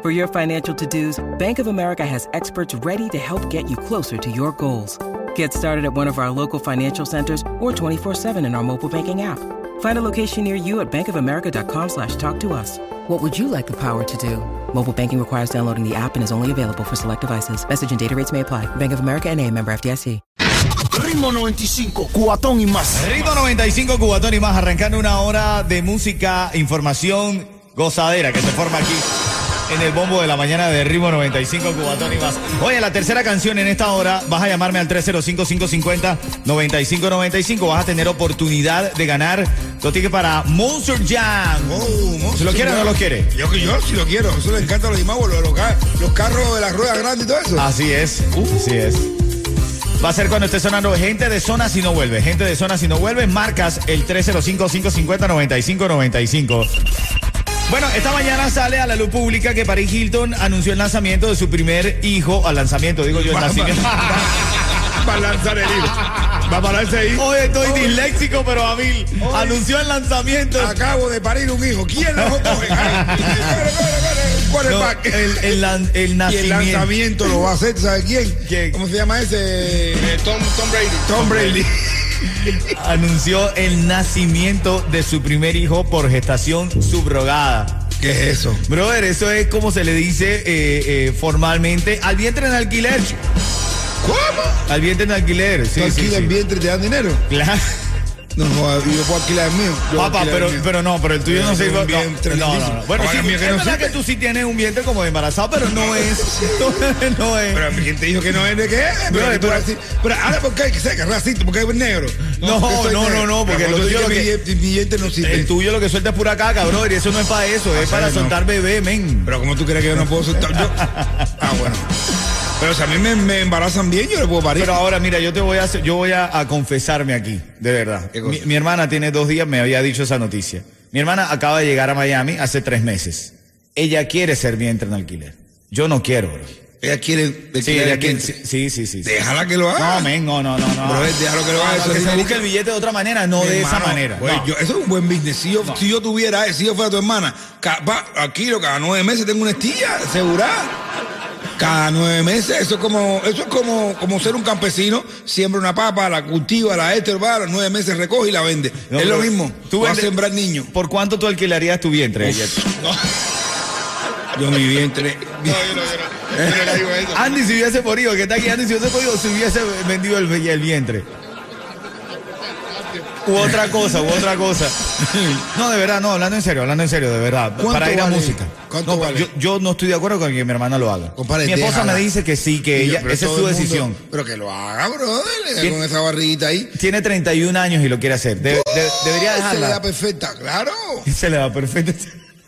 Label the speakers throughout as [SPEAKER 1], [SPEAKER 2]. [SPEAKER 1] For your financial to-dos, Bank of America has experts ready to help get you closer to your goals. Get started at one of our local financial centers or 24-7 in our mobile banking app. Find a location near you at bankofamerica.com slash talk to us. What would you like the power to do? Mobile banking requires downloading the app and is only available for select devices. Message and data rates may apply. Bank of America and a member FDIC.
[SPEAKER 2] Ritmo 95, cuatón y más.
[SPEAKER 3] Ritmo 95, Cubatón y más. Arrancando una hora de música, información, gozadera que se forma aquí. En el bombo de la mañana de Ritmo 95, Cubatón y más. Oye, la tercera canción en esta hora, vas a llamarme al 305-550-9595. Vas a tener oportunidad de ganar los tickets para Monster Jam.
[SPEAKER 4] Oh,
[SPEAKER 3] ¿Se lo quiere o no lo quiere?
[SPEAKER 4] Yo que yo sí lo quiero. Eso le encanta a los imagos, los, los ca- los carros de las ruedas grandes y todo eso.
[SPEAKER 3] Así es, así es. Va a ser cuando esté sonando gente de zona si no vuelve. Gente de zona si no vuelve, marcas el 305-550-9595. Bueno, esta mañana sale a la luz pública que Paris Hilton anunció el lanzamiento de su primer hijo, al lanzamiento, digo yo, el
[SPEAKER 4] Va-
[SPEAKER 3] nacimiento. Ah.
[SPEAKER 4] va- va a lanzar el hilo. Va a pararse ahí.
[SPEAKER 3] Hoy estoy disléxico, pero a mil. Anunció el lanzamiento.
[SPEAKER 4] Acabo de parir un hijo. ¿Quién lo coge? Ay, corre, corre, corre, corre,
[SPEAKER 3] No,
[SPEAKER 4] pack.
[SPEAKER 3] el, el lan- el
[SPEAKER 4] Y el
[SPEAKER 3] nacimiento.
[SPEAKER 4] lanzamiento lo va a hacer, ¿sabe quién?
[SPEAKER 3] ¿Quién?
[SPEAKER 4] ¿Cómo se llama ese?
[SPEAKER 3] Eh,
[SPEAKER 4] Tom, Brady. Tom Brady.
[SPEAKER 3] Anunció el nacimiento de su primer hijo por gestación subrogada.
[SPEAKER 4] ¿Qué es eso?
[SPEAKER 3] Brother, eso es como se le dice eh, eh, formalmente al vientre en alquiler.
[SPEAKER 4] ¿Cómo?
[SPEAKER 3] Al vientre en alquiler, sí,
[SPEAKER 4] ¿Tú
[SPEAKER 3] sí,
[SPEAKER 4] alquilas
[SPEAKER 3] sí.
[SPEAKER 4] vientre y te dan dinero?
[SPEAKER 3] Claro.
[SPEAKER 4] No, joda, yo puedo alquilar el mío. Yo puedo
[SPEAKER 3] Papá,
[SPEAKER 4] alquilar
[SPEAKER 3] pero,
[SPEAKER 4] el mío.
[SPEAKER 3] pero no, pero el tuyo
[SPEAKER 4] Yo
[SPEAKER 3] no sirve.
[SPEAKER 4] tengo un vientre
[SPEAKER 3] no, no, no,
[SPEAKER 4] lindísimo.
[SPEAKER 3] no. Bueno,
[SPEAKER 4] Ahora
[SPEAKER 3] sí,
[SPEAKER 4] el mío
[SPEAKER 3] es
[SPEAKER 4] que no
[SPEAKER 3] verdad
[SPEAKER 4] sirve.
[SPEAKER 3] que tú sí tienes un vientre como de embarazado, pero no es. No, es.
[SPEAKER 4] Pero a mí, ¿quién te dijo que no es de qué?
[SPEAKER 3] Pero,
[SPEAKER 4] Pero,
[SPEAKER 3] pero-
[SPEAKER 4] pero, así, pero ahora, ¿por qué hay que ser racista? ¿Por qué es negro?
[SPEAKER 3] No,
[SPEAKER 4] porque soy
[SPEAKER 3] no, no,
[SPEAKER 4] negro.
[SPEAKER 3] no, porque
[SPEAKER 4] Pero
[SPEAKER 3] lo
[SPEAKER 4] tú
[SPEAKER 3] tuyo
[SPEAKER 4] dices
[SPEAKER 3] lo Eh.
[SPEAKER 4] mi vie- mi vientre no sirve.
[SPEAKER 3] el tuyo lo que suelta es pura caca, brother, y eso no es para eso, es
[SPEAKER 4] sea,
[SPEAKER 3] para
[SPEAKER 4] no.
[SPEAKER 3] soltar bebé, men.
[SPEAKER 4] Pero como tú crees que yo no puedo soltar yo. Ah, bueno. Pero si a mí me, me embarazan bien, yo le puedo parir.
[SPEAKER 3] Pero ahora, mira, yo te voy a hacer- yo voy a, a confesarme aquí, de verdad.
[SPEAKER 4] ¿Qué cosa?
[SPEAKER 3] Mi, mi hermana tiene dos días, me había dicho esa noticia. Mi hermana acaba de llegar a Miami hace tres meses. Ella quiere ser vientre en alquiler. Yo no quiero, bro.
[SPEAKER 4] ella quiere.
[SPEAKER 3] Sí,
[SPEAKER 4] quiere
[SPEAKER 3] ella quiere,
[SPEAKER 4] vientre.
[SPEAKER 3] sí, sí, sí, sí.
[SPEAKER 4] Déjala que lo haga.
[SPEAKER 3] No, men, no, no, no, no.
[SPEAKER 4] Brother, déjalo que lo
[SPEAKER 3] No,
[SPEAKER 4] haga,
[SPEAKER 3] no,
[SPEAKER 4] eso
[SPEAKER 3] que
[SPEAKER 4] sí
[SPEAKER 3] se
[SPEAKER 4] me-
[SPEAKER 3] busque el billete de otra manera, no
[SPEAKER 4] Mi
[SPEAKER 3] de esa
[SPEAKER 4] hermano,
[SPEAKER 3] manera.
[SPEAKER 4] güey,
[SPEAKER 3] no.
[SPEAKER 4] yo- eso es un buen business. Si yo, si yo tuviera, eh, si yo fuera tu hermana, ca- va, aquí lo cada nueve meses tengo una estilla asegurada. Cada nueve meses, eso es como, eso es como, como ser un campesino, siembra una papa, la cultiva, la éter, va, a los nueve meses recoge y la vende.
[SPEAKER 3] No,
[SPEAKER 4] es
[SPEAKER 3] pero
[SPEAKER 4] lo mismo. Tú vas a
[SPEAKER 3] vende-
[SPEAKER 4] sembrar niños.
[SPEAKER 3] ¿Por cuánto tú alquilarías tu vientre?
[SPEAKER 4] Yo mi vientre.
[SPEAKER 3] Andy, si hubiese podido, que está aquí Andy, si hubiese podido, si hubiese vendido el, el vientre. U otra cosa, u otra cosa. No, de verdad, no, hablando en serio, hablando en serio, de verdad.
[SPEAKER 4] ¿Cuánto
[SPEAKER 3] Para ir a
[SPEAKER 4] vale?
[SPEAKER 3] música.
[SPEAKER 4] ¿Cuánto
[SPEAKER 3] No,
[SPEAKER 4] vale?
[SPEAKER 3] yo, yo no estoy de acuerdo con que mi hermana lo haga.
[SPEAKER 4] Compadre,
[SPEAKER 3] mi esposa
[SPEAKER 4] déjala.
[SPEAKER 3] me dice que sí, que
[SPEAKER 4] Y yo,
[SPEAKER 3] ella,
[SPEAKER 4] pero
[SPEAKER 3] esa es
[SPEAKER 4] todo
[SPEAKER 3] su
[SPEAKER 4] el mundo-
[SPEAKER 3] decisión.
[SPEAKER 4] pero que lo haga, brother,
[SPEAKER 3] ¿Quién-
[SPEAKER 4] con esa barriguita ahí.
[SPEAKER 3] Tiene 31 años y lo quiere hacer. De- de- debería
[SPEAKER 4] Se le da
[SPEAKER 3] dejarla.
[SPEAKER 4] perfecta, claro.
[SPEAKER 3] Se le da perfecto.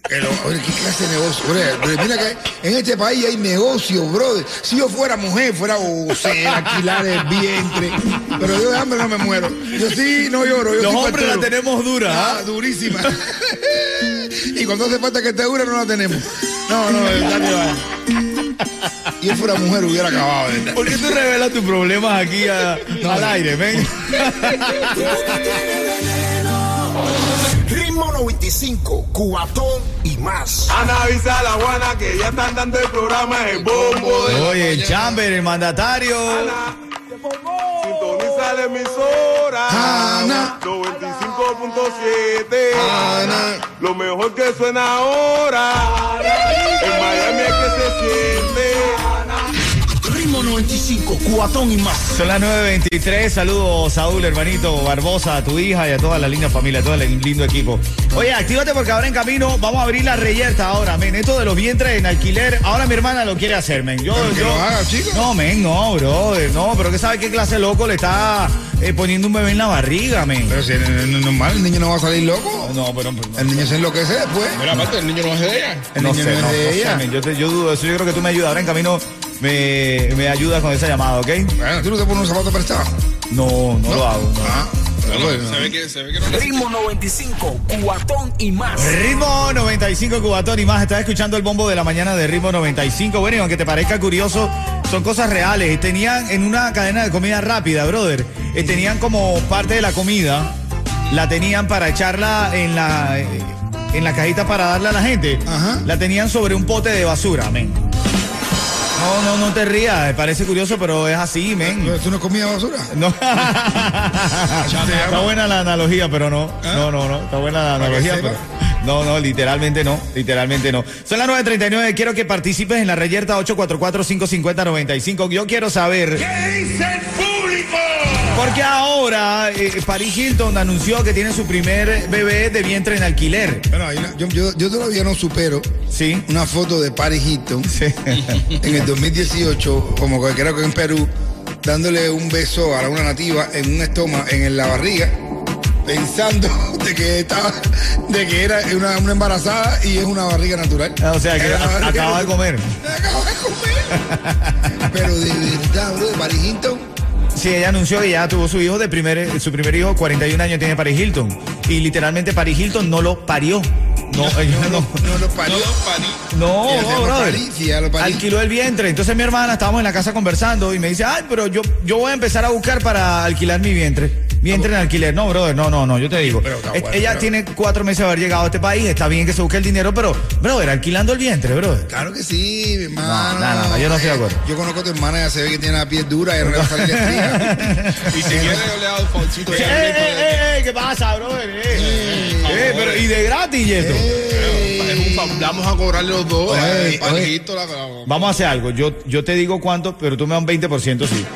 [SPEAKER 4] Que lo- oye, ¿Qué clase de negocio? Oye, pero mira que en este país hay negocio, brother. Si yo fuera mujer, fuera o sea, alquilar el vientre. Pero yo de hambre no me muero. Yo sí no lloro. Yo
[SPEAKER 3] Los
[SPEAKER 4] sí
[SPEAKER 3] hombres la
[SPEAKER 4] partero.
[SPEAKER 3] tenemos dura.
[SPEAKER 4] Ah,
[SPEAKER 3] ¿ah?
[SPEAKER 4] durísima. y cuando hace falta que esté dura, no la tenemos. No, no, de verdad que va. Y yo fuera mujer, hubiera acabado, de verdad.
[SPEAKER 3] ¿Por qué tú revelas tus problemas aquí a- al aire, men?
[SPEAKER 2] Ritmo 95, cuatón y más.
[SPEAKER 5] Ana avisa a la guana que ya están dando el programa El Bombo de
[SPEAKER 3] Oye, el chamber, el mandatario.
[SPEAKER 5] la Sintoniza la emisora.
[SPEAKER 4] Ana.
[SPEAKER 5] 95.7.
[SPEAKER 4] Ana.
[SPEAKER 5] Lo mejor que suena ahora. En Miami es que se siente.
[SPEAKER 2] Ritmo 95, cuatón y más.
[SPEAKER 3] Son las 9.23. Saludos, Saúl, hermanito Barbosa, a tu hija y a toda la linda familia, a todo el lindo equipo. Oye, actívate porque ahora en camino vamos a abrir la reyerta ahora, men. Esto de los vientres en alquiler, ahora mi hermana lo quiere hacer, men. Yo,
[SPEAKER 4] Pero que
[SPEAKER 3] yo-
[SPEAKER 4] lo haga, chico.
[SPEAKER 3] No, men, no, bro. No, pero que sabe qué clase de loco le está eh, poniendo un bebé en la barriga, men.
[SPEAKER 4] Pero si es normal, el niño no va a salir loco.
[SPEAKER 3] No, pero. pero-
[SPEAKER 4] El niño se enloquece después.
[SPEAKER 6] Pero aparte, el niño no es de ella.
[SPEAKER 4] El
[SPEAKER 3] no
[SPEAKER 4] niño
[SPEAKER 3] sé,
[SPEAKER 4] no es
[SPEAKER 3] no, no
[SPEAKER 4] de
[SPEAKER 3] sé,
[SPEAKER 4] ella.
[SPEAKER 3] men. Yo, te- yo dudo eso. Yo creo que tú me ayudas. Ahora en camino me, me ayudas con esa llamada, ¿ok?
[SPEAKER 4] Bueno, tú no te pones un zapato prestado.
[SPEAKER 3] No, no, lo hago. no.
[SPEAKER 4] Ah,
[SPEAKER 6] No,
[SPEAKER 4] bueno.
[SPEAKER 6] se, ve que, se ve que no le
[SPEAKER 2] Ritmo 95, cuatón y más.
[SPEAKER 3] Ritmo 95 Cubatón y más. Estás escuchando el bombo de la mañana de Ritmo 95. Bueno, y aunque te parezca curioso, son cosas reales. Tenían en una cadena de comida rápida, brother. eh, tenían como parte de la comida, la tenían para echarla en la eh, en la cajita para darla a la gente.
[SPEAKER 4] Ajá.
[SPEAKER 3] La tenían sobre un pote de basura, men. No, no, no te rías. eh, Parece curioso, pero es así, men.
[SPEAKER 4] ¿Tú no comías basura?
[SPEAKER 3] No. está buena la analogía, pero no. No, no, no. Está buena la
[SPEAKER 4] Para que
[SPEAKER 3] analogía,
[SPEAKER 4] sepa.
[SPEAKER 3] pero. No, no, literalmente no, literalmente no. Son las 9.39, quiero que participes en la reyerta 844-550-95. Yo quiero saber... ¿Qué dice el público? Porque ahora eh, Paris Hilton anunció que tiene su primer bebé de vientre en alquiler.
[SPEAKER 4] Bueno, hay una- yo, yo- yo todavía no supero
[SPEAKER 3] Sí.
[SPEAKER 4] una foto de Paris Hilton
[SPEAKER 3] Sí.
[SPEAKER 4] en el 2018, como que creo que en Perú, dándole un beso a una nativa en un estómago, en la barriga, pensando de que estaba, de que era una, una embarazada y es una barriga natural.
[SPEAKER 3] Ah, O sea, que
[SPEAKER 4] Era una
[SPEAKER 3] a-
[SPEAKER 4] barriga
[SPEAKER 3] acaba de
[SPEAKER 4] natural.
[SPEAKER 3] comer.
[SPEAKER 4] Acaba de comer. Pero de verdad, bro, de Paris Hilton.
[SPEAKER 3] Sí, ella anunció que ya tuvo su hijo de primer, eh, su primer hijo, 41 años tiene Paris Hilton. Y literalmente Paris Hilton no lo parió. No, ella no.
[SPEAKER 4] No lo parió.
[SPEAKER 6] Todo parí.
[SPEAKER 3] No,
[SPEAKER 4] Y ella lo
[SPEAKER 3] brother.
[SPEAKER 4] parí, sí, ella lo parí.
[SPEAKER 3] Alquiló el vientre. Entonces mi hermana estábamos en la casa conversando y me dice, ay, pero yo, yo voy a empezar a buscar para alquilar mi vientre. Vientre en alquiler. No, brother, no, no, no, yo te digo.
[SPEAKER 4] Ah, Pero está
[SPEAKER 3] Es-
[SPEAKER 4] bueno,
[SPEAKER 3] ella
[SPEAKER 4] pero-
[SPEAKER 3] tiene cuatro meses de haber llegado a este país. Está bien que se busque el dinero, pero, brother, alquilando el vientre, brother.
[SPEAKER 4] Claro que sí, mi
[SPEAKER 3] No,
[SPEAKER 4] hermano.
[SPEAKER 3] no, no, yo no estoy de acuerdo.
[SPEAKER 4] Yo conozco a tu hermana, ya se ve que tiene la piel dura, ya no le va a salir estría.
[SPEAKER 6] Y si quiere, yo le hago el faucito.
[SPEAKER 3] Eh, eh, eh, eh, ¿Qué pasa, brother? Eh, eh, pero, y de gratis, Yeto.
[SPEAKER 6] Es un fa- Vamos a cobrar los dos.
[SPEAKER 4] Oye,
[SPEAKER 6] eh, el
[SPEAKER 4] oye.
[SPEAKER 6] parejito, la- la-
[SPEAKER 3] Vamos a hacer algo. Yo, yo te digo cuánto, pero tú me das un 20% sí.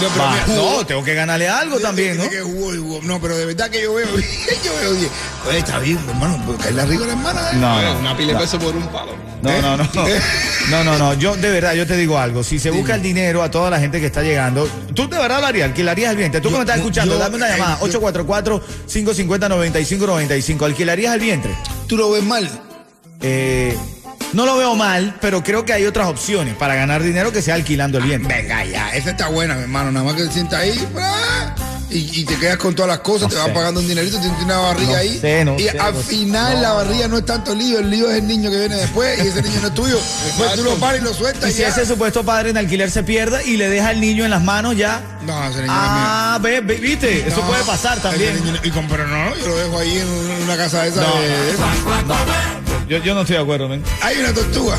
[SPEAKER 4] No, pero
[SPEAKER 3] Va,
[SPEAKER 4] mira,
[SPEAKER 3] no,
[SPEAKER 4] jugó.
[SPEAKER 3] tengo que ganarle algo también, ¿no?
[SPEAKER 4] Dice que jugó y jugó. No, pero de verdad que yo veo bien, yo veo bien. Oye, está bien, mi hermano, porque caerle arriba a la hermana. eh.
[SPEAKER 3] No,
[SPEAKER 6] Oye,
[SPEAKER 3] no.
[SPEAKER 6] Una pila de peso por un palo.
[SPEAKER 3] No, no, no. No, no, no. Yo, de verdad, yo te digo algo. Si se busca el dinero a toda la gente que está llegando, tú de verdad lo harías, alquilarías el vientre. Tú que me estás
[SPEAKER 4] yo-
[SPEAKER 3] escuchando,
[SPEAKER 4] yo-
[SPEAKER 3] dame una llamada.
[SPEAKER 4] yo-
[SPEAKER 3] 844-550-9595. ¿Alquilarías el vientre?
[SPEAKER 4] Tú lo ves mal.
[SPEAKER 3] Eh, no lo veo mal, pero creo que hay otras opciones para ganar dinero que sea alquilando el vientre.
[SPEAKER 4] Venga ya, esa está buena, mi hermano. Nada más que te sientas ahí bra, y, y te quedas con todas las cosas, te vas
[SPEAKER 3] sé.
[SPEAKER 4] pagando un dinerito, tienes una barriga
[SPEAKER 3] No
[SPEAKER 4] ahí.
[SPEAKER 3] sé, no
[SPEAKER 4] y
[SPEAKER 3] sé,
[SPEAKER 4] al
[SPEAKER 3] no sé.
[SPEAKER 4] final
[SPEAKER 3] No.
[SPEAKER 4] la barriga no es tanto lío, el lío es el niño que viene después y ese niño no es tuyo. pues tú lo paras y lo
[SPEAKER 3] Y
[SPEAKER 4] sueltas y,
[SPEAKER 3] si
[SPEAKER 4] ya.
[SPEAKER 3] ese supuesto padre en alquiler se pierda y le deja al niño en las manos ya.
[SPEAKER 4] No, ese niño no es mío.
[SPEAKER 3] Ah, ve, ve- viste, eso
[SPEAKER 4] No,
[SPEAKER 3] puede pasar
[SPEAKER 4] ese
[SPEAKER 3] también.
[SPEAKER 4] niño- y con- pero no, yo lo dejo ahí en una casa de esa.
[SPEAKER 3] No.
[SPEAKER 4] de- esa.
[SPEAKER 3] Yo, yo no estoy de acuerdo, men.
[SPEAKER 4] Hay una tortuga.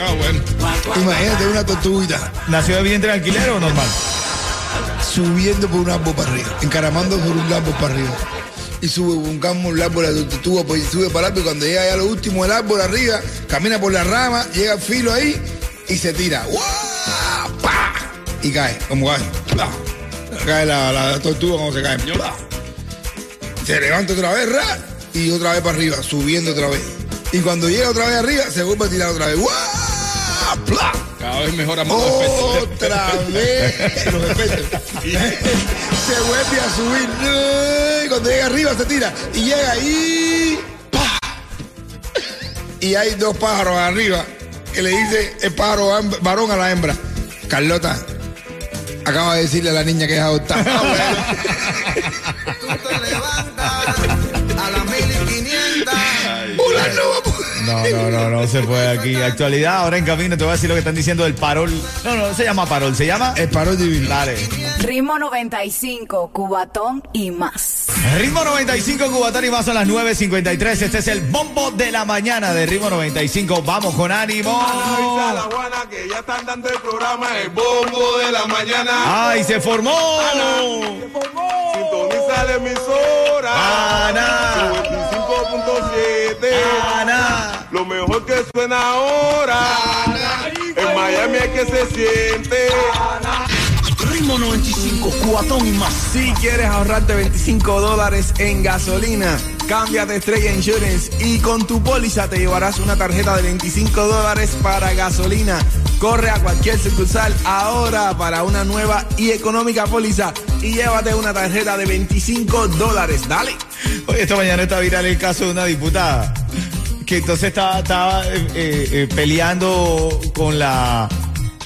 [SPEAKER 6] Ah, bueno.
[SPEAKER 4] Imagínate una tortuguita
[SPEAKER 3] ¿Nació de vientre de alquiler o normal?
[SPEAKER 4] subiendo por un árbol para arriba, encaramando por un árbol para arriba. Y sube por un campo, un árbol, la tortuga, pues y sube para el árbol. Y cuando llega ya lo último del árbol arriba, camina por la rama, llega al filo ahí y se tira. ¡Guau! ¡Pa! Y cae, como cae. ¡Pla! Cae la, la tortuga cuando se cae. ¡Pla! Se levanta otra vez, ra, y otra vez para arriba, subiendo otra vez. Y cuando llega otra vez arriba, se vuelve a tirar otra vez. ¡Guau! ¡Pla!
[SPEAKER 6] Cada vez mejora más los efectos.
[SPEAKER 4] Otra vez los efectos. se vuelve a subir. ¡ay! Cuando llega arriba se tira. Y llega ahí. ¡pa! Y hay dos pájaros arriba que le dice el pájaro vam- varón a la hembra. Carlota, acaba de decirle a la niña que es adoptada. Ah, bueno.
[SPEAKER 7] Tú te levantas a las 1500.
[SPEAKER 4] Hola, no, vamos.
[SPEAKER 3] No, no, no, no se puede aquí. Actualidad, ahora en camino te voy a decir lo que están diciendo del parol. No, no, no se llama parol, se llama.
[SPEAKER 4] El paro divino.
[SPEAKER 3] Dale.
[SPEAKER 8] Ritmo 95, Cubatón y más.
[SPEAKER 3] Ritmo 95 Cubatón y más a las 9.53. Este es el bombo de la mañana de Ritmo 95. Vamos con ánimo.
[SPEAKER 5] Avisa a la Juana que ya están dando el programa El Bombo de la Mañana.
[SPEAKER 3] ¡Ay, se formó!
[SPEAKER 5] Sintoniza la emisora.
[SPEAKER 3] Ana.
[SPEAKER 5] 95.7.
[SPEAKER 3] Ana.
[SPEAKER 5] Lo mejor que suena ahora. En Miami Miami es que se siente.
[SPEAKER 2] Ritmo 95, cuatón y más.
[SPEAKER 7] Si quieres ahorrarte 25 dólares en gasolina, cambia de Estrella Insurance y con tu póliza te llevarás una tarjeta de 25 dólares para gasolina. Corre a cualquier sucursal ahora para una nueva y económica póliza y llévate una tarjeta de 25 dólares. Dale.
[SPEAKER 3] Oye, esta mañana está viral el caso de una diputada que entonces estaba, estaba, eh, eh, eh, peleando con la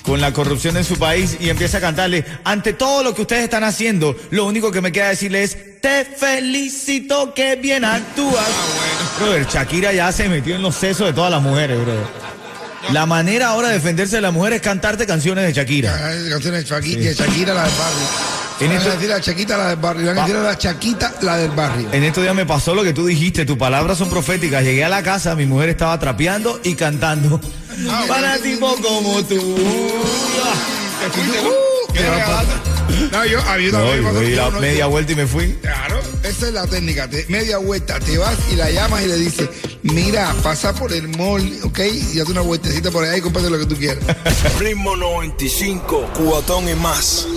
[SPEAKER 3] con la corrupción en su país y empieza a cantarle, ante todo lo que ustedes están haciendo, lo único que me queda decirle es, te felicito que bien actúas. Brother, Shakira ya se metió en los sesos de todas las mujeres, brother. La manera ahora de defenderse de las mujeres es cantarte canciones de Shakira.
[SPEAKER 4] Ah, esa canción de Shakira, de Shakira, la del barrio.
[SPEAKER 3] En
[SPEAKER 4] Van a
[SPEAKER 3] esto-
[SPEAKER 4] decir la Chaquita, la del barrio. Van a decir a la Chaquita, la del barrio.
[SPEAKER 3] En estos días me pasó lo que tú dijiste, tus palabras son proféticas. Llegué a la casa, mi mujer estaba trapeando y cantando.
[SPEAKER 4] Ah,
[SPEAKER 3] Para tipo como tú.
[SPEAKER 6] Te fuiste, ¿no? ¿Qué te regalaste?
[SPEAKER 4] uh, No, yo había una
[SPEAKER 3] No,
[SPEAKER 4] vez
[SPEAKER 3] yo
[SPEAKER 4] cuando
[SPEAKER 3] di la
[SPEAKER 4] yo no-
[SPEAKER 3] media vuelta y me fui.
[SPEAKER 4] Claro, esa es la técnica. Te- media vuelta, te vas y la llamas y le dices, mira, pasa por el mall, ¿ok? Y haz una vueltecita por allá y comparte lo que tú quieras.
[SPEAKER 2] Ritmo 95, cuatón y más.